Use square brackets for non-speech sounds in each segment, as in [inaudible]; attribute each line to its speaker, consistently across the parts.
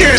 Speaker 1: your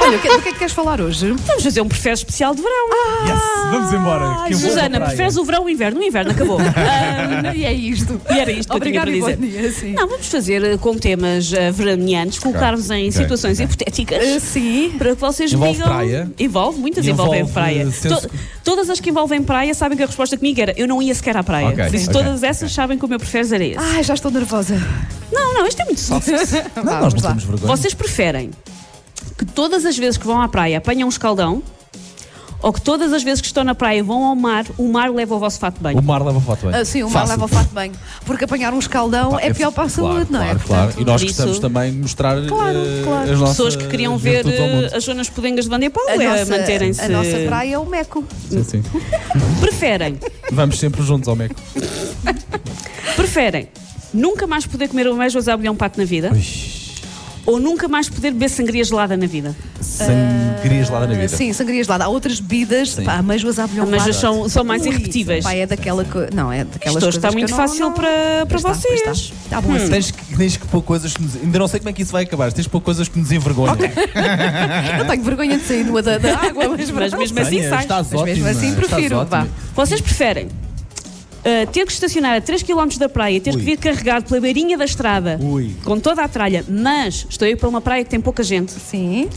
Speaker 2: Olha, o que, do que é que queres falar hoje?
Speaker 3: Vamos fazer um prefere especial de verão.
Speaker 4: Ah, Yes, vamos embora. que eu vou
Speaker 3: Susana,
Speaker 4: para a praia.
Speaker 3: preferes o verão ou o inverno? O inverno
Speaker 4: [laughs]
Speaker 3: acabou. Ah,
Speaker 2: e é isto.
Speaker 3: e era isto que
Speaker 2: Obrigada
Speaker 3: eu
Speaker 2: e
Speaker 3: tinha
Speaker 2: bom
Speaker 3: para dizer.
Speaker 2: dia, sim.
Speaker 3: Não, vamos fazer eh, com temas eh, veranianos, colocar-vos em situações hipotéticas.
Speaker 2: Ah, sim.
Speaker 3: Para que vocês
Speaker 4: Eh, Envolve
Speaker 3: digam.
Speaker 4: praia?
Speaker 3: Envolve, muitas
Speaker 4: E
Speaker 3: envolvem
Speaker 4: envolve
Speaker 3: praia.
Speaker 4: senso-
Speaker 3: To- todas as que envolvem praia sabem que a resposta comigo era eu não ia sequer à praia.
Speaker 4: Ok,
Speaker 3: Por isso,
Speaker 4: ok, Ah.
Speaker 3: todas essas sabem que o meu preferes era esse.
Speaker 2: Ai, já estou nervosa.
Speaker 3: Não, não, isto é muito soft.
Speaker 4: Não,
Speaker 2: Vá,
Speaker 4: nós
Speaker 2: vamos
Speaker 4: não
Speaker 2: lá.
Speaker 4: temos vergonha.
Speaker 3: Vocês preferem que todas as vezes que vão à praia apanham um escaldão ou que todas as vezes que estão na praia vão ao mar, o mar leva o vosso fato de banho?
Speaker 4: O mar leva foto bem.
Speaker 2: Ah, sim, o mar
Speaker 4: Fácil.
Speaker 2: leva o fato de banho. Porque apanhar um escaldão
Speaker 4: Pá,
Speaker 2: é pior para a
Speaker 4: claro,
Speaker 2: saúde, não é?
Speaker 4: Claro, claro.
Speaker 2: Portanto,
Speaker 4: e nós
Speaker 3: por
Speaker 4: gostamos
Speaker 3: isso-
Speaker 4: também de mostrar
Speaker 2: Claro,
Speaker 4: eh,
Speaker 2: claro.
Speaker 4: as nossas
Speaker 3: Pessoas que queriam ver
Speaker 4: virtudes ao mundo.
Speaker 3: eh, as Jonas Podengas de Vanda e Paulo
Speaker 2: a,
Speaker 3: a,
Speaker 2: nossa,
Speaker 3: manterem-se.
Speaker 2: a nossa praia é o meco.
Speaker 4: Sim, sim.
Speaker 3: Preferem,
Speaker 4: Vamos sempre juntos ao Meco.
Speaker 3: preferem nunca mais poder comer uma mesma abelhão um pato na vida ou nunca mais poder beber sangria gelada na vida?
Speaker 4: Sangria gelada na vida.
Speaker 2: Ah, Sim, sangria gelada. Há outras bebidas, pá, amêijoas à abelhão
Speaker 3: Mas
Speaker 2: pardo.
Speaker 3: são, são mais
Speaker 2: Ui,
Speaker 3: irrepetíveis.
Speaker 2: Pá, é daquela co... Não, é daquelas
Speaker 3: Isto
Speaker 2: coisas
Speaker 3: hoje está
Speaker 2: que
Speaker 3: muito
Speaker 2: eu não-
Speaker 3: fácil
Speaker 2: não-
Speaker 3: para, para
Speaker 2: Pois está, pois
Speaker 3: vocês.
Speaker 2: Está, Está bom assim.
Speaker 4: Tens que, tens que pôr coisas que nos. Ainda não sei como é que isso vai acabar. Tens que pôr coisas que nos envergonham.
Speaker 3: Hum.
Speaker 2: Eu tenho vergonha de sair nua da,
Speaker 3: [laughs]
Speaker 2: da água, mas,
Speaker 3: Mas mesmo
Speaker 4: Tenhas,
Speaker 3: assim sai.
Speaker 4: Estás
Speaker 2: Mas mesmo
Speaker 4: ótima,
Speaker 2: assim
Speaker 4: estás
Speaker 2: prefiro,
Speaker 4: ótima.
Speaker 2: vá.
Speaker 3: Vocês preferem uh, ter que estacionar a 3 km da praia, ter
Speaker 4: Ui.
Speaker 3: que vir carregado pela beirinha da estrada
Speaker 4: Ui.
Speaker 3: com toda a tralha, mas estou a ir para uma praia que tem pouca gente,
Speaker 2: Sim.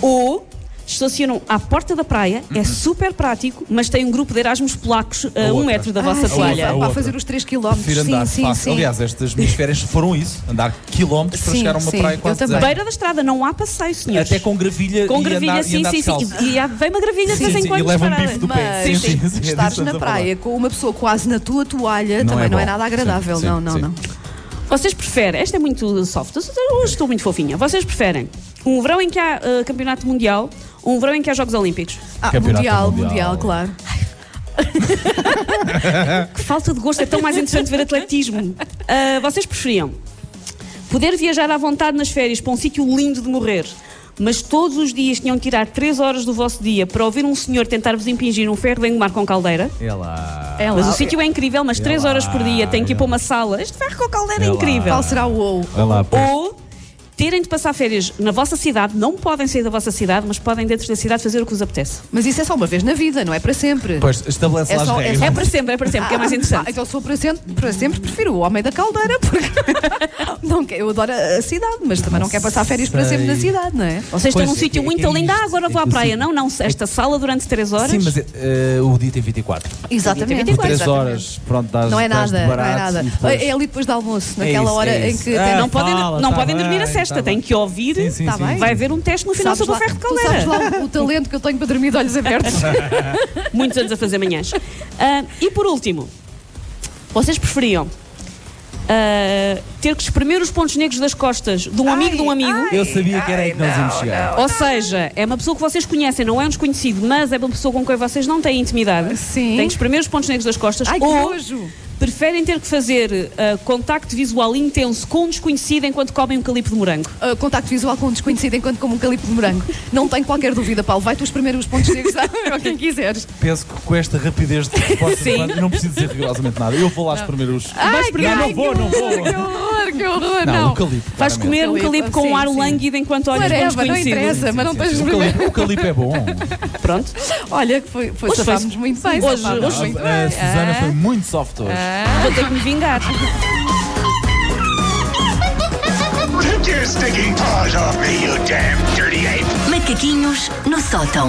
Speaker 3: ou estacionam à porta da praia, é
Speaker 4: Uhum.
Speaker 3: super prático, mas tem um grupo de Erasmus polacos a um
Speaker 4: outra.
Speaker 3: metro da
Speaker 2: Ah,
Speaker 3: vossa
Speaker 2: sim,
Speaker 3: toalha.
Speaker 2: vá,
Speaker 4: A
Speaker 2: Para
Speaker 4: outra.
Speaker 2: fazer os 3 km.
Speaker 4: Prefiro andar
Speaker 2: Sim, sim,
Speaker 4: fácil.
Speaker 2: sim.
Speaker 4: Aliás, estas minhas férias foram isso. Andar quilómetros para
Speaker 2: Sim,
Speaker 4: chegar a uma
Speaker 2: sim,
Speaker 4: praia
Speaker 2: eu
Speaker 4: quase
Speaker 2: também.
Speaker 4: deserta.
Speaker 3: Beira da estrada, não há passeio, senhores.
Speaker 4: Até com gravilha
Speaker 3: Com
Speaker 4: e
Speaker 3: gravilha,
Speaker 4: andar, e
Speaker 3: sim,
Speaker 4: andar
Speaker 3: sim,
Speaker 4: descalço.
Speaker 3: sim. E, e há- vem uma gravilha de
Speaker 4: Sim,
Speaker 3: vez em
Speaker 4: sim, e
Speaker 3: quando
Speaker 4: leva um
Speaker 3: disparada.
Speaker 4: bife do pé.
Speaker 2: Mas
Speaker 4: Sim, sim, sim, é disso
Speaker 2: estares
Speaker 4: que estamos
Speaker 2: na
Speaker 4: a falar.
Speaker 2: praia com uma pessoa quase na tua toalha também não é
Speaker 4: bom.
Speaker 2: nada agradável.
Speaker 4: Sim, sim,
Speaker 2: não, não,
Speaker 4: sim.
Speaker 2: não.
Speaker 3: Vocês preferem, esta é muito soft, hoje estou muito fofinha. Vocês preferem um verão em que há uh, campeonato mundial ou um verão em que há Jogos Olímpicos?
Speaker 2: Ah,
Speaker 4: Campeonato
Speaker 2: mundial, mundial,
Speaker 4: mundial.
Speaker 2: claro.
Speaker 3: Que falta de gosto, é tão mais interessante ver atletismo. Ah, vocês preferiam poder viajar à vontade nas férias para um sítio lindo de morrer, mas todos os dias tinham que tirar 3 horas do vosso dia para ouvir um senhor tentar-vos impingir um ferro de engomar com caldeira?
Speaker 4: É lá.
Speaker 2: É
Speaker 3: Mas
Speaker 2: lá.
Speaker 3: o sítio é incrível, mas 3
Speaker 4: lá,
Speaker 3: horas por dia tem que ir
Speaker 4: é
Speaker 3: para uma sala. Este ferro com caldeira é
Speaker 4: É lá.
Speaker 3: incrível.
Speaker 2: Qual será o ou?
Speaker 4: É lá, pois.
Speaker 3: Ou terem de passar férias na vossa cidade, não podem sair da vossa cidade, mas podem dentro da cidade fazer o que vos apetece.
Speaker 2: Mas isso é só uma vez na vida, não é para sempre.
Speaker 4: Pois, estabelece
Speaker 2: É
Speaker 4: lá as
Speaker 2: só- é
Speaker 4: regras.
Speaker 2: só-
Speaker 3: É para sempre, é para sempre, que é
Speaker 4: [laughs]
Speaker 3: mais
Speaker 2: Ah,
Speaker 3: interessante.
Speaker 2: então se for para sempre, para sempre prefiro o homem da caldeira, porque [laughs] não, quero- eu adoro a a cidade, mas também não quero passar férias para sempre na
Speaker 4: sei.
Speaker 2: cidade, não é?
Speaker 3: Vocês estão
Speaker 4: Pois,
Speaker 3: num
Speaker 4: é
Speaker 3: sítio
Speaker 4: que- é
Speaker 3: muito
Speaker 4: que é
Speaker 3: lindo, ah,
Speaker 4: isto,
Speaker 3: agora
Speaker 4: é
Speaker 3: vou à
Speaker 4: que o
Speaker 3: praia.
Speaker 4: sítio-
Speaker 3: Não, não, esta sala durante 3 horas.
Speaker 4: Sim, mas eh, o dia tem 24.
Speaker 2: Exatamente.
Speaker 4: Por 3
Speaker 2: Exatamente.
Speaker 4: horas, pronto, dás,
Speaker 2: Não é
Speaker 4: dás de
Speaker 2: nada, não é
Speaker 4: barato
Speaker 2: nada.
Speaker 4: e depois-
Speaker 2: É ali depois do almoço,
Speaker 4: É
Speaker 2: naquela
Speaker 4: isso,
Speaker 2: hora
Speaker 4: é
Speaker 2: em
Speaker 4: isso.
Speaker 2: que
Speaker 4: Ah,
Speaker 2: tem-
Speaker 3: Não podem,
Speaker 4: Fala,
Speaker 3: não
Speaker 4: tá
Speaker 3: podem dormir a
Speaker 4: bem,
Speaker 3: sesta,
Speaker 4: tá
Speaker 3: têm
Speaker 4: bem.
Speaker 3: que ouvir.
Speaker 4: Sim, sim,
Speaker 2: Tá
Speaker 4: sim,
Speaker 2: bem.
Speaker 4: sim.
Speaker 3: Vai haver um teste no final
Speaker 2: Sabes
Speaker 3: sobre o
Speaker 2: lá,
Speaker 3: ferro de
Speaker 2: tu sabes
Speaker 3: caldeira.
Speaker 2: lá o, o talento que eu tenho para dormir de olhos abertos.
Speaker 3: Muitos anos a
Speaker 2: [laughs]
Speaker 3: fazer manhãs. Ah, e por último, vocês preferiam ah, ter que espremer os pontos negros das costas de um amigo de um amigo?
Speaker 4: Eu sabia que era aí que nós íamos chegar.
Speaker 3: Ou seja, é uma pessoa que vocês conhecem, não é um desconhecido, mas é uma pessoa com quem vocês não têm intimidade.
Speaker 2: Sim.
Speaker 3: Têm que espremer os pontos negros das costas.
Speaker 2: Ai, que
Speaker 3: ou
Speaker 2: nojo.
Speaker 3: preferem ter que fazer ah, contacto visual intenso com um desconhecido enquanto comem um calipo de morango.
Speaker 2: Uh, contacto visual com um desconhecido enquanto como um calipo de morango. Não tenho qualquer dúvida, Paulo. Vai tu espremer os pontos negros [laughs] a quem quiseres.
Speaker 4: Penso que com esta rapidez de resposta, eu não preciso dizer rigorosamente nada. Eu vou lá espremer os.
Speaker 2: Ai, que-
Speaker 4: não,
Speaker 2: ai,
Speaker 4: não vou, não vou.
Speaker 2: Que horror, que horror,
Speaker 4: Não,
Speaker 2: não.
Speaker 4: o calipo.
Speaker 3: Vais
Speaker 4: claramente.
Speaker 3: comer um
Speaker 2: Calipo,
Speaker 3: calipo com
Speaker 2: sim,
Speaker 3: um ar
Speaker 2: sim.
Speaker 3: lânguido enquanto olhas para um
Speaker 2: assim. Whatever, não
Speaker 3: desconhecido.
Speaker 2: interessa, mas não
Speaker 4: Sim,
Speaker 2: tens de
Speaker 4: sim, é o
Speaker 2: espremer.
Speaker 4: calipo- O calipo é bom.
Speaker 3: Pronto.
Speaker 2: Olha, que foi, foi
Speaker 3: Hoje foi-
Speaker 2: safámos muito bem.
Speaker 3: hoje-
Speaker 2: safámos
Speaker 3: hoje-
Speaker 2: muito
Speaker 4: A
Speaker 2: bem.
Speaker 4: É,
Speaker 2: Ah.
Speaker 4: Susana foi muito soft hoje.
Speaker 3: Vou ter que me vingar.
Speaker 1: Take your stinking paws off me, you damn dirty ape!
Speaker 5: Macaquinhos no sótão.